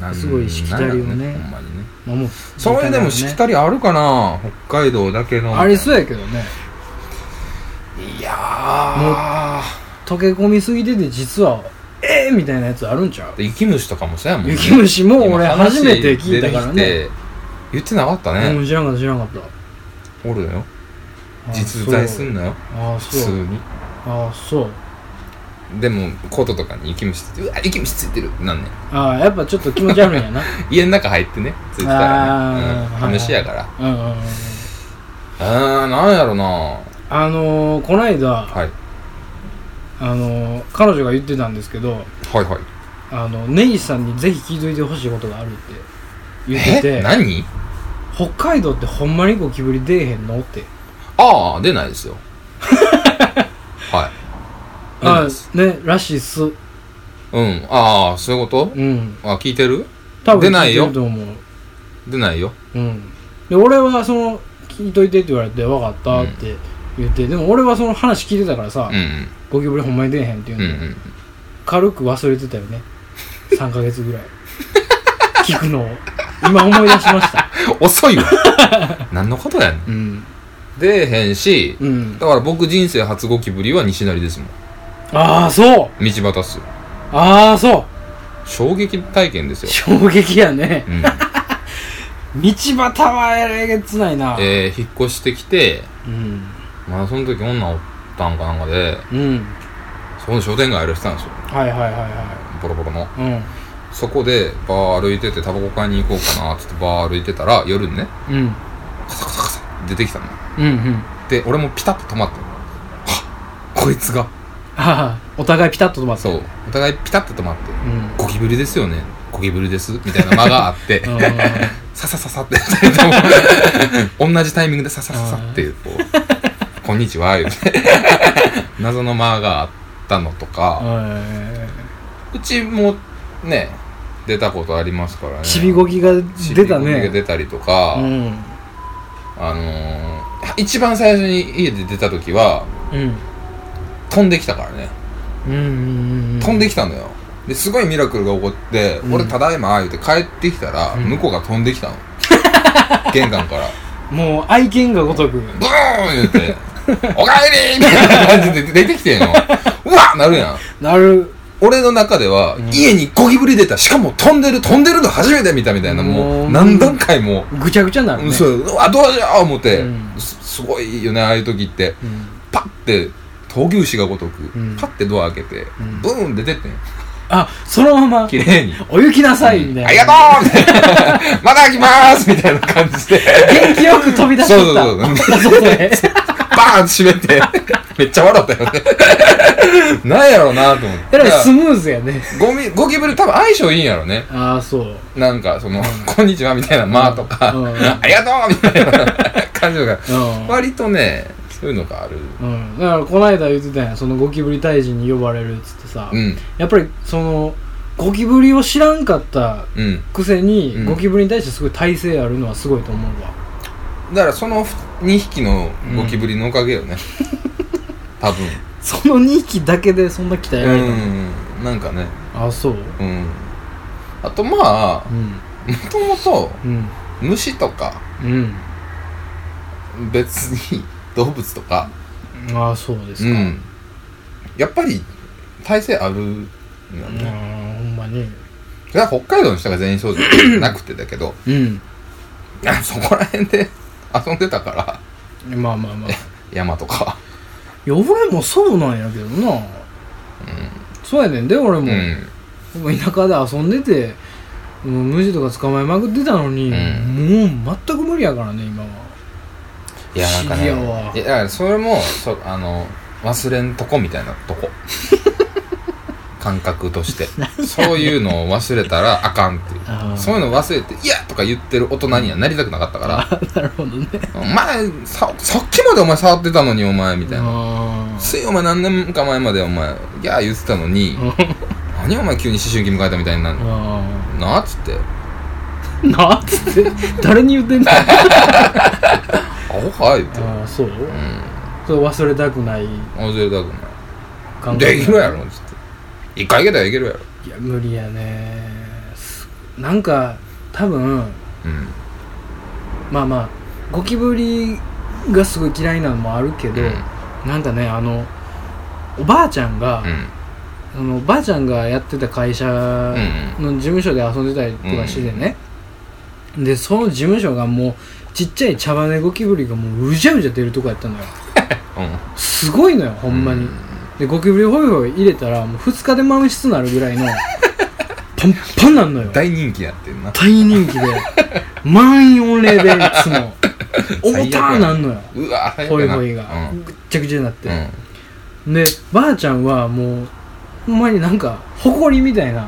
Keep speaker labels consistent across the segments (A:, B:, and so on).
A: なん
B: すごいしきたりを
A: な
B: ね
A: んやろほんまにね
B: まあもう
A: それでもしきたりあるかな北海道だけの
B: ありそう
A: や
B: やけどね
A: いやー
B: 溶け込みすぎてて実はええー、みたいなやつあるんちゃう
A: で雪虫とかもそうやもんね
B: 雪虫も
A: 今
B: 俺
A: 話
B: 初めて聞いたか
A: 出
B: らね
A: てきて言ってなかった
B: う
A: ね
B: ん知らんかった知らんかった
A: おるよ
B: あ
A: 実在すんなよ
B: あ
A: 普
B: そ
A: 通
B: う
A: に
B: ああそう
A: でもコートとかに雪虫ついてるうわ雪虫ついてるなんねん
B: ああやっぱちょっと気持ち悪い んやな
A: 家の中入ってねついてたらねう
B: あー
A: ん
B: はいはい
A: 話やから
B: うんうんうん
A: あーなんやろな
B: あのー、こないだ、
A: はい
B: あのー、彼女が言ってたんですけど
A: はいはい
B: あのネギさんにぜひ聞いといてほしいことがあるって言って
A: え
B: て
A: 何
B: 北海道ってほんまにゴキブリ出えへんのって
A: ああ出ない ですよはい出ない
B: あ
A: です
B: ねらしいっす
A: うんああそういうこ
B: うん
A: とあ聞いてる
B: 多分
A: 出ないよ
B: 聞てると思う
A: 出ないよ
B: うんで俺はその聞いといてって言われて分かったって言って、でも俺はその話聞いてたからさ、
A: うん
B: ゴキブリほんまに出えへんっていう
A: うんう
B: の、
A: んうん
B: 軽く忘れてたよね3ヶ月ぐらい聞くのを今思い出しました
A: 遅いわ何のことやねん
B: うん
A: 出えへんし
B: うん
A: だから僕人生初ゴキブリは西成ですもん
B: ああそ
A: 道
B: う
A: 端っすよ
B: ああそう
A: 衝撃体験ですよ、
B: 衝撃やね
A: うん
B: 道端はえげつないな
A: えー、引っ越してきて
B: うん
A: まあその時女おったんかなんかで
B: うん
A: そこの商店街歩いてたんですよ
B: はいはいはいは
A: ボロボロの
B: いうん
A: そこでバー歩いててタバコ買いに行こうかなっつってバー歩いてたら夜にね
B: うん
A: カサカサカサ出てきたの
B: うんうん
A: で俺もピタッと止まったのはっこいつが
B: ああお互いピタッと止まって
A: そうお互いピタッと止まって
B: うんうん
A: ゴキブリですよねゴキブリですみたいな間があって ささささって 二人とも同じタイミングでささささってこう「こんにちは」言うて 謎の間があったのとか
B: え
A: うちもね出たことありますからね
B: ーちびごきが
A: ちび
B: 出
A: ご
B: た
A: きが
B: ね
A: 出たりとか、
B: うん
A: あのー一番最初に家で出た時は
B: うん
A: 飛んできたからね
B: うんうんうん
A: 飛んできたのよ、ですごいミラクルが起こって「
B: うん
A: 俺ただいま」言うて帰ってきたら、
B: うん
A: 向こうが飛んで きたの玄関から
B: もう愛犬がごと
A: ブ
B: く
A: ーン言って「おかえり!」みたいな感じで出てきてんのうわなるやん
B: なる
A: 俺の中では、
B: うん
A: 家にゴキブリ出たしかも飛んでる飛んでるの初めて見たみたいなも
B: う
A: うん何段階も、
B: ぐちゃぐちゃになるね
A: そううわどうしよう思って、
B: うん
A: すすごいよねああいう時って
B: うん
A: パッて闘牛士がごとく、
B: うん
A: パッてドア開けて、
B: ん
A: ブーン出てってん
B: あそのまま
A: 綺麗に
B: お行きなさいみたいな
A: ありがとう みたいなまた来ますみたいな感じで、
B: 元気よく飛び出して
A: そう
B: っ
A: そうそう。
B: た 外へ
A: バーン閉めて、めっちゃ笑ったよね。なんやろうなと思って。
B: え
A: だから
B: いス
A: ら
B: ムーズやね
A: ゴミゴキブリ多分相性いいんやろね。
B: ああそう
A: なんか、その、こんにちはみたいな、まあとか、
B: うん
A: ありがとうみたいな感じとか、
B: う
A: 割とね、そういうのがある。
B: ん、うん、だからこの間言ってたやんそのゴキブリ退治に呼ばれるっつってさ、
A: うん、
B: やっぱりそのゴキブリを知らんかった
A: うん。
B: くせに、
A: うん
B: ゴキブリに対してすごい耐性あるのはすごいと思うわ
A: だからその2匹のゴキブリのおかげよね。多分。
B: その2匹だけでそんな鍛えられたの、
A: うん。なんかね、
B: ああそう
A: うん。あとまあ
B: う、ん
A: もともと
B: うん
A: 虫とか
B: うん
A: 別に動物とか、
B: ああそうです
A: う
B: か、
A: ん、やっぱり体勢あるんだ
B: うん
A: ね、
B: ほんまに
A: それは北海道の人が全員そうじゃなくてだけど
B: うん
A: あ そこら辺で遊んでたから
B: まあまあまあ
A: 山とか
B: いや俺もそうなんやけどな、そうやねんで俺
A: う
B: も、
A: ん
B: 僕田舎で遊んでてもう無地とか捕まえまくってたのに、もう全く無理やからね今は、
A: いやなんかね
B: 不思議やわ
A: いやだからそれもそあの忘れんとこみたいなとこ 感覚と してそういうのを忘れたらあかんっていう
B: あー
A: そういうの忘れて「いや!」とか言ってる大人にはなりたくなかったから
B: なるほどね
A: お前ささっきまでお前触ってたのにお前みたいな
B: あ
A: ついお前何年か前までお前ギャー言ってたのに 何お前急に思春期迎えたみたいになるの
B: あ
A: なあっつって
B: なっつって誰に言ってんのあ
A: アホかいって
B: あそう
A: うん
B: それ忘れたくない
A: 忘れたくな
B: 感
A: い
B: 覚
A: できるやろっつって一回行けたらいけるやろ
B: いや無理やねすなんか多分
A: うん
B: まあまあゴキブリがすごい嫌いなのもあるけど、
A: うん
B: なんかねあのおばあちゃんが、
A: うん
B: あのおばあちゃんがやってた会社の事務所で遊んでたりとかしてね、でその事務所がもうちっちゃい茶羽ゴキブリがもううじゃうじゃ出るとこやったのよ
A: うん
B: すごいのよほんまに、
A: うん
B: でゴキブリホイホイ入れたらもう2日で満室になるぐらいのパンパンなんのよ
A: 大人気やってんな
B: 大人気で満員御礼でいつ も
A: 最悪や
B: 重たーなんのよ
A: うわ最
B: ホ
A: 悪
B: イ
A: やな
B: ホイが
A: うん
B: ぐっちゃぐちゃになっ
A: う
B: て、
A: ん
B: でばあちゃんはもうほんまになんか誇りみたいな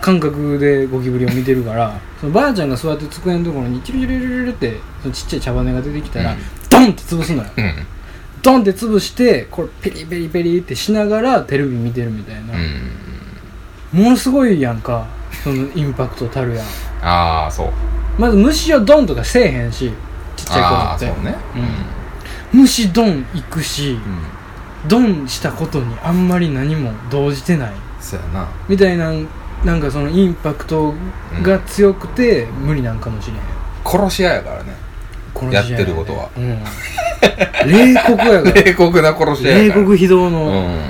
B: 感覚でゴキブリを見てるからそのばあちゃんが座って机のところにチルチルチルチルってそのちっちゃい茶羽が出てきたら、
A: うん
B: ドンって潰すのよ
A: うん
B: ドンって潰してこれペリペリペリってしながらテレビ見てるみたいな、
A: うん
B: ものすごいやんかそのインパクトたるやん
A: ああそう
B: まず虫をドンとかせえへんしちっちゃ
A: あ
B: い
A: あそ
B: 子
A: う
B: だって、
A: ね
B: 虫ドン行くし、
A: うんうん
B: ドンしたことにあんまり何も動じてない
A: そうやな
B: みたいなんなんかそのインパクトが強くて無理なんかもしれへん、
A: 殺し屋やからね
B: 殺し屋ね
A: やってることは
B: うん、冷酷やから
A: 冷酷な殺し屋
B: 冷
A: やから
B: 酷非道
A: う
B: の、
A: ん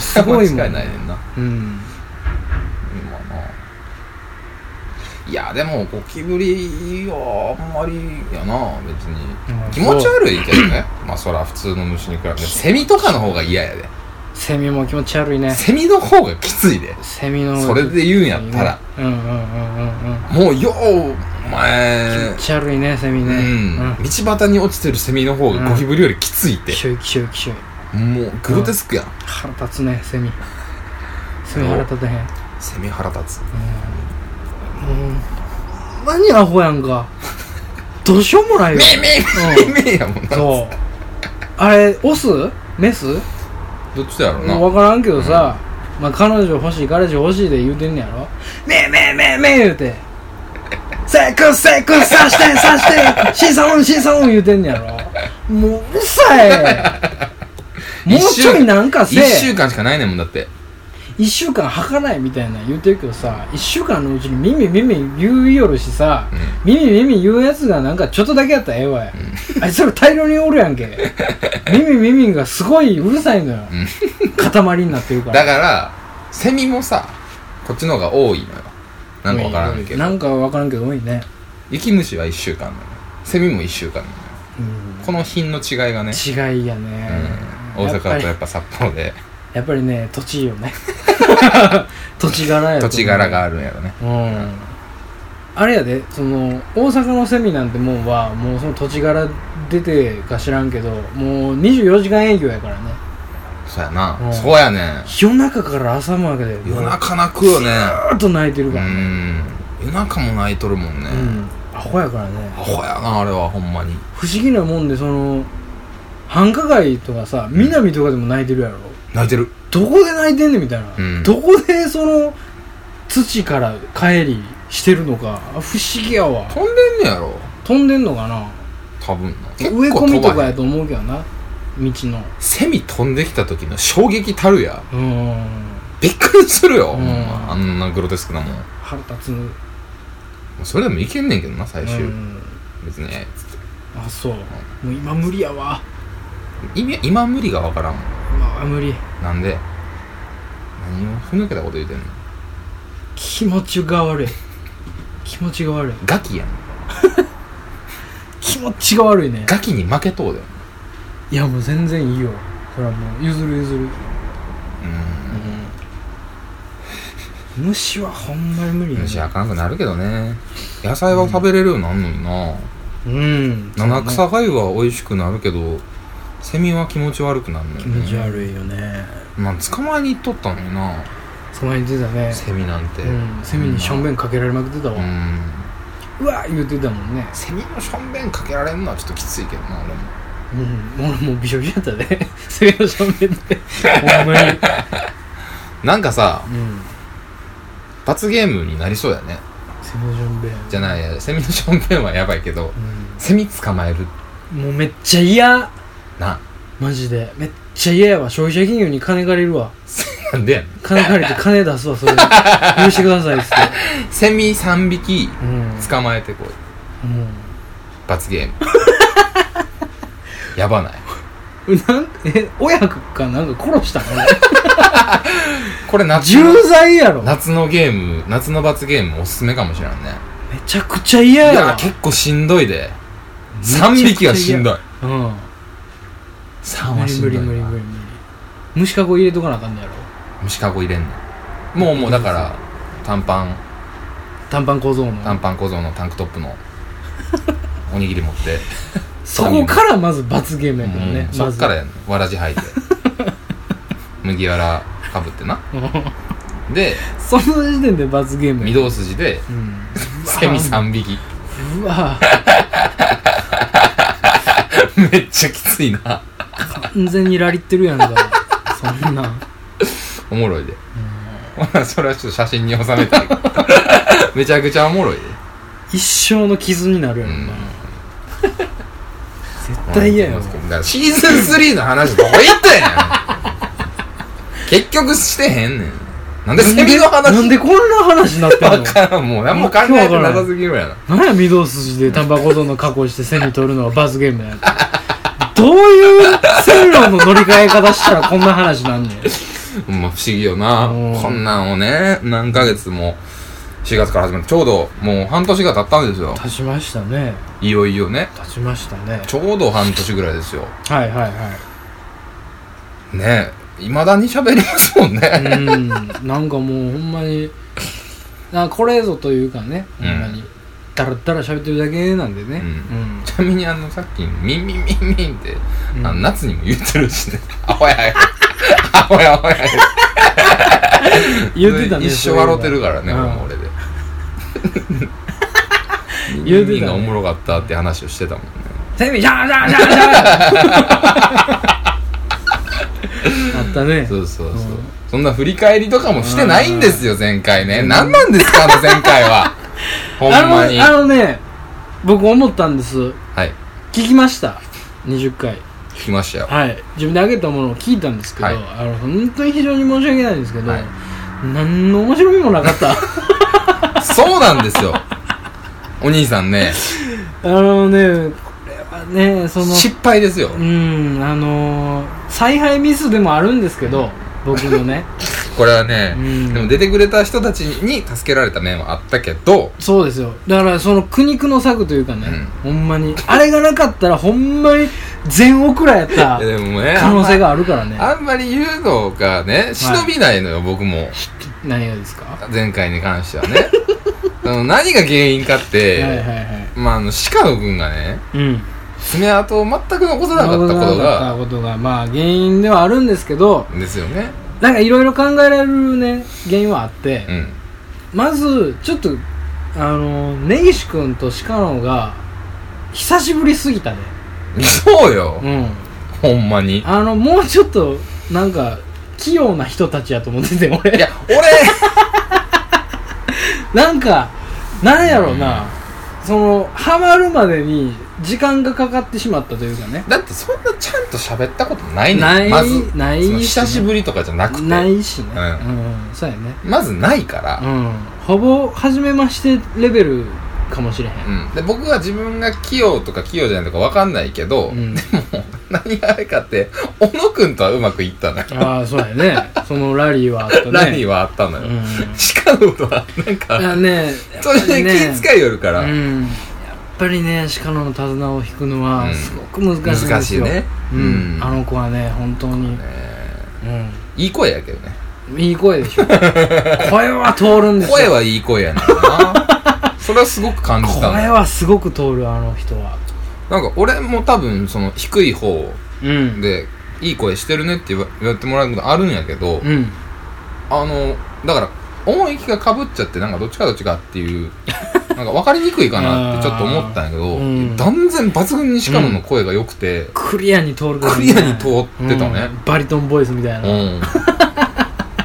B: すごいもん、
A: 間違いないねんな
B: うん
A: 今ないやでもゴキブリはあんまりやな別に
B: うん
A: 気持ち悪いけどねまあそら普通の虫に比べてセミとかの方が嫌やで
B: セミも気持ち悪いね
A: セミの方がきついで
B: セミの
A: それで言うんやったら
B: うんうんうんうんうん
A: もうようお
B: 気
A: 前
B: 持ち悪いねセミ
A: う
B: ね
A: ん
B: うん
A: 道端に落ちてるセミの方がゴキブリよりきついって
B: きしょいきしょいきしょい
A: もうグロテスクやん
B: 腹立つねセミセミ腹立てへん
A: セミ腹立つ
B: うんほんまにアホやんかどうしようもないよ
A: めめめめやもんな
B: そうあれオスメス
A: どっちだろうな
B: 分からんけどさ、まあ、彼女欲しい彼女欲しいで言うてんねやろ「めめめめ」言うて「セクセクさしてさしてシソンシソン」言うてんねやろもううるさい もうちょいなんかせ
A: 1週間しかないねんもんだって
B: 1週間吐かないみたいなの言うてるけどさ1週間のうちに耳耳言うよるしさ、耳耳言うやつがなんかちょっとだけやったらええわや、あいつら大量におるやんけ 耳耳がすごいうるさいのよ、塊になってるから
A: だからセミもさこっちの方が多いのよなんかわからんけど
B: なんかわからんけど多いね、
A: 雪虫は1週間なのよセミも1週間なのよ
B: うん
A: この品の違いがね、
B: 違いや
A: うん、大
B: ねやっぱ
A: 阪
B: り
A: とやっぱ札幌で
B: やっぱりね土地よ ね土地柄やと思
A: 土
B: う
A: 地柄があるんやろね
B: うんあれやでその大阪のセミなんてもんはもうその土地柄出てか知らんけどもう24時間営業やからね
A: そうや
B: うん
A: なそうやね
B: 夜中から朝までもう
A: 夜中泣くよね
B: ずーっと泣いてる
A: う
B: からね
A: ん夜中も泣いとるもんね
B: うんアホやからね
A: アホやなあれはほんまに
B: 不思議なもんでその繁華街とかさ南とかでも泣いてるやろ
A: 泣いてる
B: どこで泣いてんねんみたいな、
A: うん
B: どこでその土から帰りしてるのか不思議やわ
A: 飛んでんねやろ
B: 飛んでんのかな
A: 多分な結構
B: 植え込み
A: 飛
B: と
A: ば
B: か
A: へん
B: やと思うけどな道の
A: セミ飛んできた時の衝撃たるや
B: うーん
A: びっくりするよ、
B: うん
A: ほんまあんなグロテスクなもん
B: 腹立つ
A: それでもいけんねんけどな最終、
B: うん
A: 別にええっつって
B: あそうもう今無理やわ
A: 意味今無理がわからんもん
B: 今は無理
A: なんで何をふぬけたこと言うてんの
B: 気持ちが悪い気持ちが悪い
A: ガキやん
B: 気持ちが悪いね
A: ガキに負けとうだよ
B: いやもう全然いいよそれはもう譲る譲る
A: うん
B: 虫はほんまに無理やね
A: 虫あかんくなるけどね野菜は食べれるようになんのにな、
B: うん
A: 七草粥は美味しくなるけどセミは気持ち悪くなるのよ、
B: 気持ち
A: ね、
B: 悪いよね
A: なん捕まえに行っとったのにな
B: 捕まえてたね
A: セミなんて
B: うんセミにしょんべんかけられまくってた
A: う
B: わ
A: ん
B: うわ言うてたもんね
A: セミのしょんべんかけられんのはちょっときついけどな俺も
B: うん俺もうびしょびしょやった でセミのしょんべんってほんまに
A: なんかさ
B: うん
A: 罰ゲームになりそうやね
B: セミのしょんべん
A: じゃないやセミのしょんべんはやばいけどセミ捕まえる
B: うんもうめっちゃ嫌
A: な
B: マジでめっちゃ嫌やわ消費者金融に金借りるわ
A: なんでやねん
B: 金借りて金出すわそれ許してくださいっつって
A: セミ3匹
B: うん、
A: 捕まえてこう罰ゲーム やばない
B: うん、なんえ親かなんか殺したの
A: これ夏
B: 重
A: の
B: 罪やろめ
A: 夏のゲーム夏の罰ゲームおすすめかもしれんね
B: ちゃくちゃ嫌
A: い
B: や
A: や
B: わ
A: 結構しんどいで
B: ちゃ
A: 3
B: くちゃ嫌
A: 匹はしんどい
B: うん
A: 3はしんど
B: 無
A: い
B: 理
A: な
B: 無理無理無理無理虫かご入れとかなあかんのやろ
A: 虫かご入れんねんもうもうだから短パン
B: 短パン小僧の
A: 短パン小僧のタンクトップのおにぎり持って
B: そこからまず罰ゲームやけど
A: もう
B: ね、
A: そ
B: ま
A: っ
B: ず
A: からやんわらじ 履いて麦わらかぶってなで
B: その時点で罰ゲーム
A: 御
B: や
A: 堂筋で
B: うん
A: セミ3匹
B: うわ
A: めっちゃきついな
B: 完全にラリってるやんかそんな
A: おもろいでほな それはちょっと写真に収め たいめちゃくちゃおもろいで
B: 一生の傷になるやんか、
A: うん
B: 絶対嫌やわ
A: だからシーズン3の話どこ行ったんや ん結局してへんねんなんでセミの話
B: なんでこんな話になってん
A: わ
B: の
A: からんもう何も考えてなさすぎるやな
B: なんや御堂筋でタンパコ像の加工して線に取るのは罰ゲーム やんかどういう線路の乗り換え方したらこんな話なんねん
A: ほんま不思議よな
B: うん
A: こんなんをね何ヶ月も4月から始めてちょうどもう半年が経ったんですよ
B: 立ちましたね
A: いよいよね
B: 立ちましたね
A: ちょうど半年ぐらいですよ
B: はいはいはい
A: ねえいまだに喋りますもんね
B: うんなんかもうほんまにあこれぞというかねほんまに、だらだら喋ってるだけなんでねうん、
A: ちなみにあのさっきミンミンミンミンって
B: うん
A: あの夏にも言ってるしねあほややあほやほや
B: 言ってたね
A: 一生
B: そういえば
A: 笑ってるからね
B: う
A: 俺
B: ん
A: も俺で
B: 言
A: ミン
B: うてたね
A: ミンがおもろかったって話をしてたもんね
B: セミシャーシャーシャーシャー あったね
A: そうそうそう、
B: うん
A: そんな振り返りとかもしてないんですよ前回ね、ん、何なんですかあの前回 はほんまに
B: あ
A: は
B: のあのね僕思ったんです
A: い
B: 聞きました20回
A: 聞きましたよ
B: はい自分であげたものを聞いたんですけど、
A: はい
B: あの本当に非常に申し訳ないんですけど、
A: はい
B: 何の面白みもなかった
A: そうなんですよお兄さんね
B: あのねこれはねその
A: 失敗ですよ
B: うんあのー采配ミスでもあるんですけど僕の ね
A: これはね、
B: うん
A: でも出てくれた人たちに助けられた面はあったけど
B: そうですよだからその苦肉の策というかね、ほんまにあれがなかったらほんまに全オクラやった
A: いやでもね
B: 可能性があるからね
A: あんまり言うのがね忍びないのよ、僕も
B: 何がですか
A: 前回に関しては ねあの何が原因かって、
B: はいはいはい
A: まああの鹿野君がね
B: うん
A: 爪痕を全く残さなかったこと
B: な
A: が
B: かったことがまあ原因ではあるんですけど
A: ですよね
B: なんかいろいろ考えられるね原因はあって
A: う、ん
B: まずちょっとあの根岸君と鹿野が久しぶりすぎたね
A: そうよ、
B: うん
A: ほんまに。い
B: あのもうちょっとなんか器用な人たちやと思ってて俺
A: や、俺、
B: なんかなんやろうな、そのハマるまでに時間がかかってしまったというかね
A: だってそんなちゃんと喋ったことないねん
B: ない
A: まず、
B: ない
A: その久しぶりとかじゃなくて。
B: ないしね
A: う
B: うん、そうやね
A: まずないから。
B: うんほぼ初めましてレベルかもしれへん
A: うん。で、僕は自分が器用とか器用じゃないとかわかんないけど、
B: うん
A: でも、何があれかって、小野くんとはうまくいったのよ。
B: ああそうやねそのラリーはあったね
A: ラニーはあったの
B: う
A: よ。
B: ん
A: 鹿のことは、なん
B: いや
A: か、
B: ね
A: それで気遣いよるか
B: う
A: ら、
B: んやっぱりね鹿野の手綱を引くの
A: う
B: は
A: ん
B: すごく難しいんですよ、
A: 難しいね。
B: うん、
A: うん
B: あの子はね本当に、
A: いい声やけどね。
B: うん、いい声でしょ 声は通るんですよ
A: 声はいい声やねん な。それはすごく感じたの
B: 声
A: よ。
B: はすごく通るあの人は
A: なんか俺も多分、その低い方
B: うん
A: で、いい声してるねって言わ言ってもらうことあるんやけど、
B: うん
A: あの、だから、音域が被っちゃって、なんかどっちかどっちかって いう、なんか分かりにくいかなってちょっと思ったんやけど、
B: あーうん
A: 断然抜群にしかもの声が良くて、
B: クリアに通るから
A: クリ
B: ね
A: アに通ってたね
B: う。んバリトンボイスみたい
A: うん。
B: な、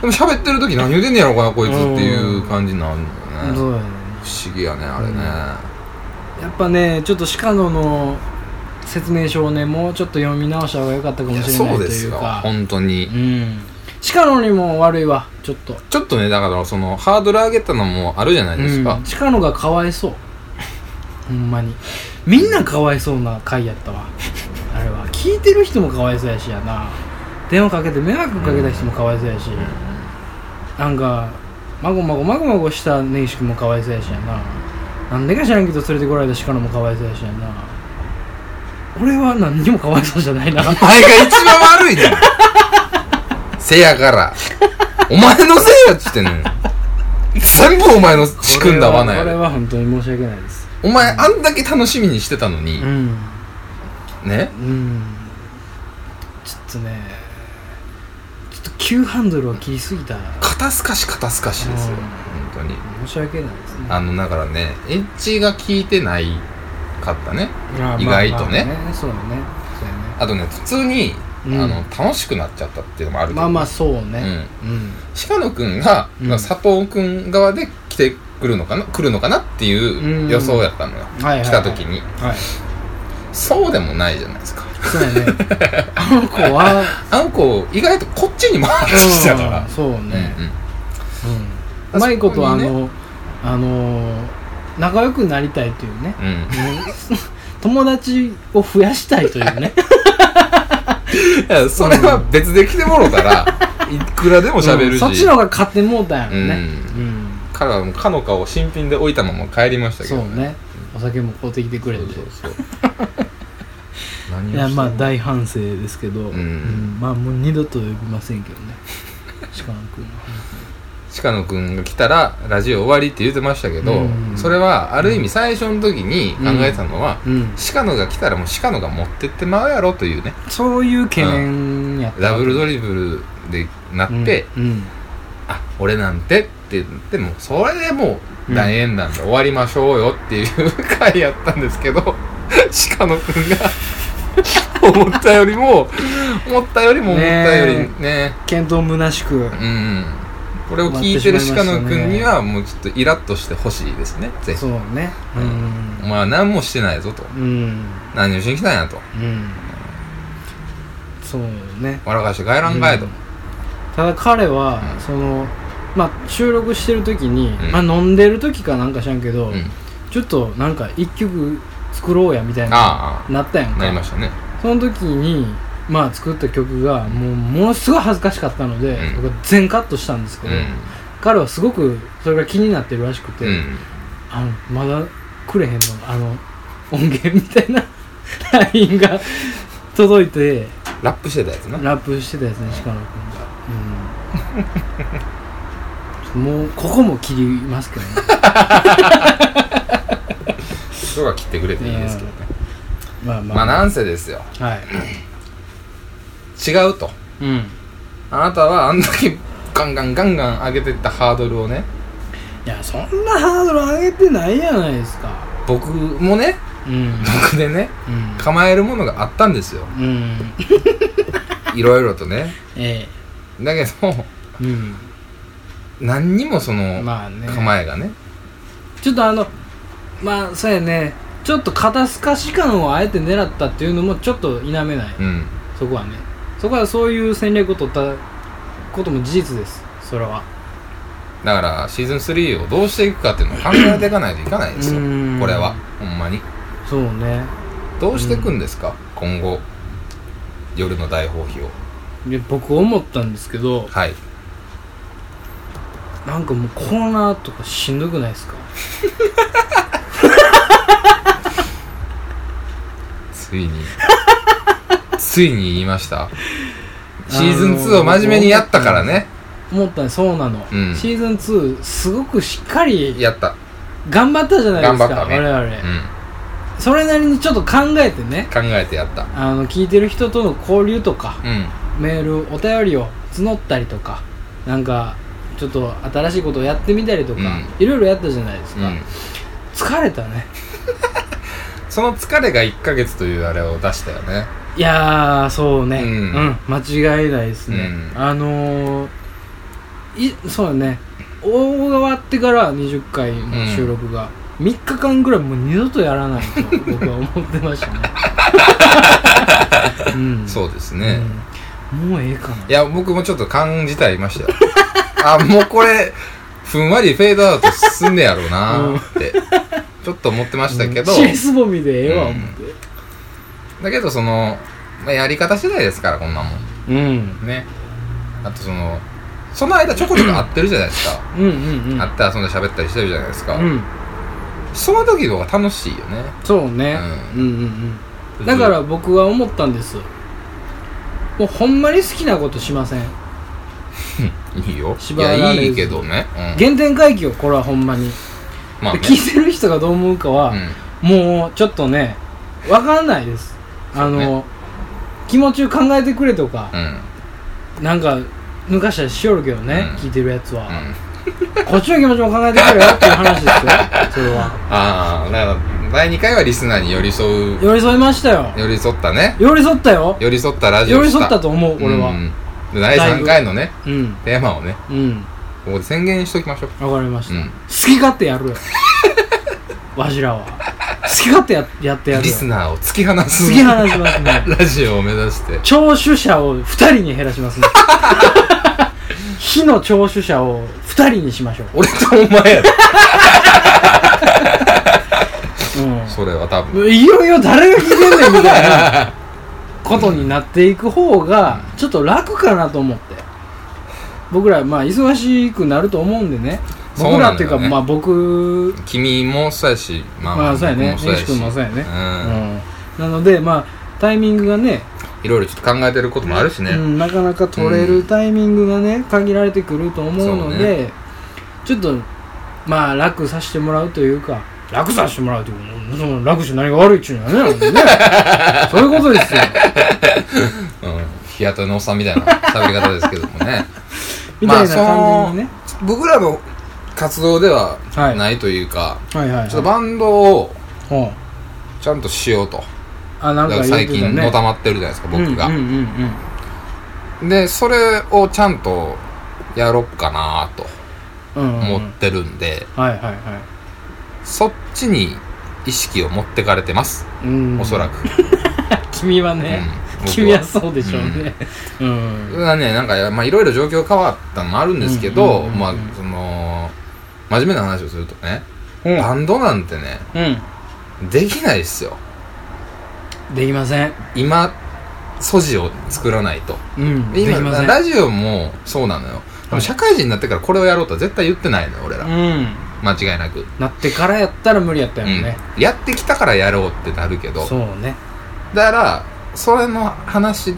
A: でも喋ってる時何言うてんねやろかな、こいつっていう感じになるのよね。
B: そうやね
A: 不思議やね、あれね。
B: やっぱねちょっと鹿野の説明書をねもうちょっと読み直した方が良かったか
A: い
B: も
A: や
B: しれな
A: そ
B: いうと
A: で
B: い
A: す
B: う
A: よ、
B: か
A: 本当
B: う
A: に。
B: ん鹿野にも悪いわちょっと
A: ちょっとねだからそのハードル上げたのもあるじゃないですか、
B: うん鹿野がかわいそうほんまにみんなかわいそうな回やったわあれは聞いてる人もかわいそうやしやな電話かけて迷惑かけた人もかわいそうやし、なんかまごまごまごまごした根岸君もかわいそうやしやななんでか知らんけど連れてこられた鹿野もかわいそうやしやな俺は何にもかわいそうじゃないな
A: お前が一番悪いじゃんせやからお前のせいやっつってんのよ全部お前の 仕組んだ罠
B: これはこれ
A: や
B: は本当に申し訳ないです
A: お前あんだけ楽しみにしてたのに、
B: うん
A: ね
B: うんちょっとねちょっと急ハンドルを切りすぎた
A: 肩透かし肩透かしですよ
B: うん
A: 本当に
B: 申し訳ないですね
A: あのだからねエッジが効いてないかったね
B: まあ
A: 意外とね
B: まあまあそうだねそうやね
A: あとね普通に、
B: うん
A: あの楽しくなっちゃったっていうのもあるけど
B: まあまあそうねうん
A: 鹿野くんが、
B: うん
A: 佐藤くん側で来てくるのかな来るのかなっていう予想やったのよ、
B: はいはいはい
A: 来た時に、
B: はい
A: そうでもないじゃないですか
B: そうやねあの子 は
A: あんこ意外とこっちに回ってきたから
B: うんそう
A: うん
B: ね
A: うん
B: うんうまいことあ
A: そこに
B: のあの仲良くなりたいというね
A: うん
B: 友達を増やしたいというね
A: いやそれは別で来てもろたらいくらで も喋
B: う
A: る
B: ん
A: し、
B: そっちの方が勝ってもうたんやろね
A: う
B: うん
A: 彼はもうかのかを新品で置いたまま帰りましたけ
B: そ
A: ど
B: うねお酒も買うてきてくれて
A: そうそうそう何をして
B: い
A: んの
B: やまあ大反省ですけど、
A: ん
B: うんまあもう二度と呼びませんけど ね鹿野君
A: 鹿野くんが来たらラジオ終わりって言ってましたけど、
B: うん
A: それはある意味最初の時に考えたのは、
B: うん
A: 鹿野が来たらもう鹿野が持ってってまうやろというね
B: そういう懸念やった
A: ダブルドリブルでなって、
B: うんうん
A: あ俺なんてって言ってもそれでもう大円なんで終わりましょうよっていう回やったんですけど 鹿野くん が思ったよりも思ったよりも思ったよりね
B: 検討虚しく
A: うんこれを聞いてる鹿野くんにはもうちょっとイラッとしてほしいですねぜひ
B: そうねう
A: お
B: ん
A: 前は何もしてないぞと
B: うん
A: 何をしに来たんやと
B: うんそうね
A: 笑かして帰らんかいと、
B: うんただ彼は、
A: うん
B: そのまあ収録してる時に、
A: うん
B: まあ飲んでる時かなんか知らんけど、
A: うん
B: ちょっとなんか一曲作ろうやみたいな
A: あ
B: なったやん
A: あ
B: か
A: なりましたね
B: その時にまあ作った曲がもうものすごい恥ずかしかったの
A: う
B: で、
A: ん
B: 僕は全カットしたんですけ
A: う
B: ど、
A: ん
B: 彼はすごくそれが気になってるらしくて、
A: うん
B: あのまだくれへんのあの音源みたいな LINE が届いて
A: ラップしてたやつな
B: ラップしてたやつね鹿野君が、うん、もうここも切りますけどね
A: 人が切ってく れていいですけどね
B: まあまあ、
A: まあなんせですよ
B: はい
A: 違うと
B: うん
A: あなたはあんだけガンガンガンガン上げてったハードルをね
B: いやそんなハードル上げてないじゃないですか
A: 僕もね
B: うん
A: 僕でね
B: うん
A: 構えるものがあったんですよ
B: うん
A: いろいろとね
B: え
A: だけど
B: えうん
A: 何にもその
B: まあね
A: 構えがね
B: ちょっとあのまあそうやねちょっと肩透かし感をあえて狙ったっていうのもちょっと否めない、
A: うん
B: そこはねそこはそういう戦略を取ったことも事実ですそれは
A: だからシーズン3をどうしていくかっていうのを考えていかないといかないですよ
B: うーん
A: これはほんまに
B: そうね
A: どうしていくんですか今後夜の大放棄を
B: で僕思ったんですけど
A: はい
B: なんかもうコーナーとかしんどくないですか
A: ついに ついに言いましたシーズン2を真面目にやったからね
B: 思ったねそうなの、
A: うん
B: シーズン2すごくしっかり
A: やった
B: 頑張ったじゃないですか
A: 頑張ったね
B: 我々、
A: うん
B: それなりにちょっと考えてね
A: 考えてやった
B: あの聞いてる人との交流とか、
A: うん
B: メールお便りを募ったりとかなんかちょっと新しいことをやってみたりとか、
A: うん
B: いろいろやったじゃないですか、
A: うん
B: 疲れたね
A: その疲れが1ヶ月というあれを出したよね
B: いやーそうね
A: う
B: うんん、間違いないですね、
A: うん
B: あのー、いそうだね終わってから20回の収録が、3日間ぐらいもう二度とやらないと僕は思ってましたね、う ん、
A: そうですね
B: うんもうええかない
A: や、僕もちょっと感じてありましたよ。 あ、もうこれ、ふんわりフェードアウトすんねやろうなー って、ちょっと思ってましたけど、
B: チーズボミでええわ
A: うん
B: 思って
A: だけどその、まあ、やり方次第ですから、こんなも
B: うん、
A: ん。ね。あとその、その間ちょこちょこ会ってるじゃないですか。
B: うんうんうん
A: 会って遊んで喋ったりしてるじゃないですか。
B: うん
A: その時の方が楽しいよね。
B: そうね、うん、うんうんだから、僕は思ったんですもうほんまに好きなことしません
A: いいよ。い
B: 縛られず
A: や、いいけどね。うん。
B: 原点回帰をこれはほんまに、
A: まあ、ね、
B: で聞いてる人がどう思うかは、
A: うん。
B: もうちょっとねわかんないですあの、
A: ね
B: 気持ちを考えてくれとか、
A: うん。
B: なんか抜かしたりしよるけどね、
A: うん
B: 聞いてるやつは、
A: うん。
B: こっちの気持ちも考えてくれよっていう話ですよそれは
A: ああ、だから、第2回はリスナーに寄り添う。
B: 寄り添いましたよ
A: 寄り添ったね。
B: 寄り添ったよ
A: 寄り添ったラジオ
B: 寄
A: を
B: り
A: した
B: 添ったと思う俺は
A: うんで第3回のね
B: うん
A: テーマをね
B: うん
A: ここで宣言しときましょう
B: わ、かりました、
A: うん
B: 好き勝手や るよわしらは好き勝手ややってやる
A: リ
B: よ
A: スナーを突き放す
B: 次話しますね
A: ラジオを目指して
B: 聴取者を2人に減らしま すね火の聴取者を2人にしましょう、
A: 俺とお前やろ
B: うん、
A: それは多分
B: いよいよ誰が聞いてんねんみた いなことになっていく方がちょっと楽かなと思って僕らまあ忙しくなると思うんでね
A: そ
B: 僕
A: うな
B: ら
A: ん
B: っ
A: だ
B: てい
A: よ
B: うか
A: ね
B: まあ僕
A: 君もそうやしまあ
B: まあそうやね
A: 僕
B: 西君もそうやね
A: うん
B: うんなのでまあタイミングがね
A: いろいろちょっと考えてることもあるし
B: う
A: ね
B: ん、なかなか取れるタイミングがね限られてくると思うの
A: そう
B: でちょっとまあ楽させてもらうというか楽させてもらうというかその楽して何が悪いっちゅうのは ねねそういうことですよ
A: うん日雇いのおっさんみたいな喋り方ですけども ね
B: みたいな感じにね、
A: 僕らの活動では
B: はい
A: ないというか
B: はいはい、はい、
A: ちょっとバンドを
B: うん
A: ちゃんとしようと
B: あ
A: だ
B: なん
A: か
B: から言
A: 最
B: って
A: 近
B: たね
A: のたまってるじゃないですか僕が
B: うんうんうんうん
A: でそれをちゃんとやろっかなと
B: うんうん
A: 思
B: うん
A: ってるんで、
B: はいはいは
A: そっちに意識を持ってかれてます、
B: いうん
A: おそら
B: く
A: く、
B: 君は
A: うん
B: ね、
A: 僕
B: 君はそうでしょうねうん、
A: それはねなんかまあいろいろ状況変わったのもあるんですけ
B: うん
A: ど、
B: うんうんうん
A: まあその真面目な話をするとね、バンドなんてね
B: う
A: できないっすよ
B: ん、できません
A: 今素地を作らないと
B: うん
A: で
B: で
A: 今
B: きません
A: ラジオもそうなのよで
B: は
A: も
B: い
A: 社会人になってからこれをやろうとは絶対言ってないのよ俺ら、
B: うん
A: 間違いなく、
B: なってからやったら無理やったよね、
A: うん、やってきたからやろうってなるけど
B: そうね
A: だからそれの話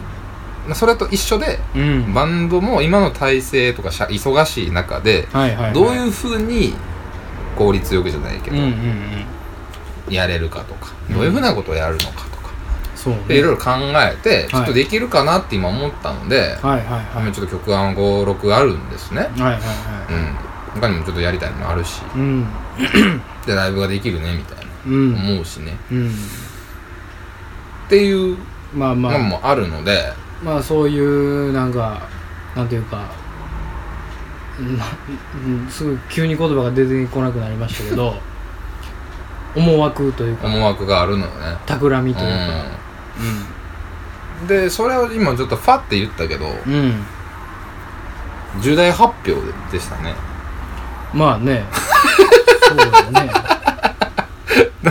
A: それと一緒で
B: うん
A: バンドも今の体制とかしゃ忙しい中で
B: はいはい、はい、
A: どういうふうに効率よくじゃないけ
B: うん
A: ど、
B: うんうん
A: やれるかとか
B: うん
A: どういうふうなことをやるのかとか
B: そう
A: でいろいろ
B: ね
A: 考えてちょっとできるかなって今思ったので、
B: はいはいはい
A: 今ちょっと曲案56あるんですね、
B: はいはいは
A: うん、他にもちょっとやりたいのもあるし
B: いうん
A: でライブができるねみたいな
B: うん
A: 思うしね
B: うん
A: っていう
B: まあま
A: の
B: あ
A: もあるので、
B: まあそういうなんかなんていうかなうんすぐ急に言葉が出てこなくなりましたけ ど思惑というか
A: 思惑があるのよね
B: 企みというか
A: うんでそれを今ちょっとファって言ったけど
B: うん、うん、
A: 重大発表でしたね
B: まあねそうだよね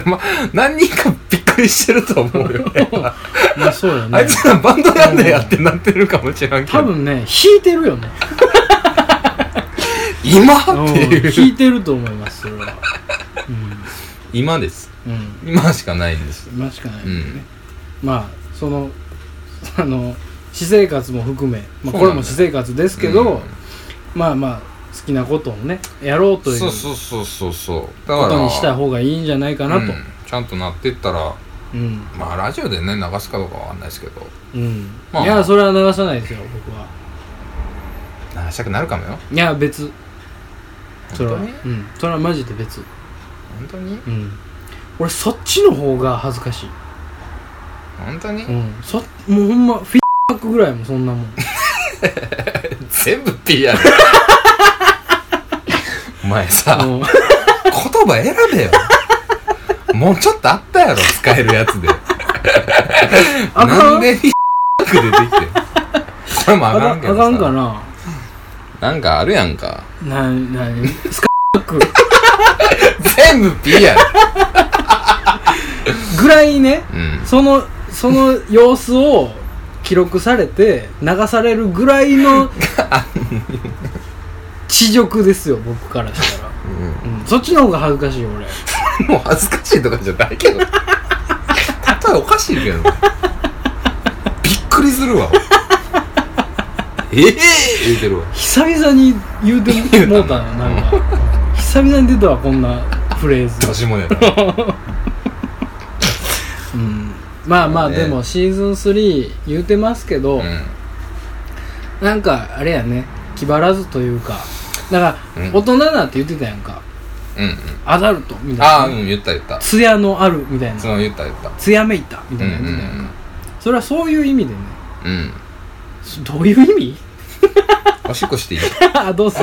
A: ま何人かびっくりしてると思うよね
B: まあそうだよ
A: あ
B: ね
A: いつらバンドやんねやってなってるかもしれんけど
B: 多分ね引いてるよね
A: 今って
B: うん
A: いう
B: 引いてると思いますそれは
A: 今です
B: うんうん
A: 今しかないんです
B: まあしかない、
A: うん
B: まあそのあの私生活も含め、まあ、これも私生活ですけど、
A: うん
B: まあまあ好きなことをねやろうという
A: そう
B: こ
A: そうそうそうそうだから
B: とにした方がいいんじゃないかなと
A: うんちゃんとなっていったら
B: うん
A: まあラジオでね流すかどうかわかんないですけど
B: うん、
A: まあ
B: いやそれは流さないですよ僕は
A: 流したくなるかもよ
B: いや別それは、う
A: 本当に
B: ん、それはマジで別
A: 本当に
B: うん俺そっちの方が恥ずかしい
A: 本当に
B: うんそもうほんまフィッバックぐらいもそんなもん
A: 全部 P やるお前さ
B: うん
A: 言葉選べよもうちょっとあったやろ使えるやつで
B: あかん
A: なんで出てきてんそれもあ
B: あ
A: か
B: か
A: ん
B: ん
A: けど
B: あ
A: さ
B: かんかな
A: なんかあるやんか
B: ななにスカック
A: 全部 P やろ
B: ぐらいね
A: うん
B: そのその様子を記録されて流されるぐらい の恥辱ですよ僕からしたら、うんそっちの方が恥ずかしい俺
A: もう恥ずかしいとかじゃないけど例えおかしいけどねびっくりするわ俺ええ言うてるわ
B: 久々に言うてもうたななん かうん久々に出たわこんなフレーズ
A: 私もやな
B: うんまあまあ、
A: ね
B: でもシーズン3言うてますけど、
A: うん
B: なんかあれやね気張らずというかだから、
A: うん
B: 大人なって言ってたやんか
A: うんうん
B: アダルトみ
A: あ
B: た
A: あ
B: いな
A: うん言った言った
B: 艶のあるみたい
A: そ
B: な
A: の言った言った
B: 艶めいたみ
A: う
B: た
A: ん
B: いな
A: う
B: 言ってたやんか、
A: ん
B: それはそういう意味でね
A: うんうん
B: どういう意味
A: おしっこしていい
B: あどうぞ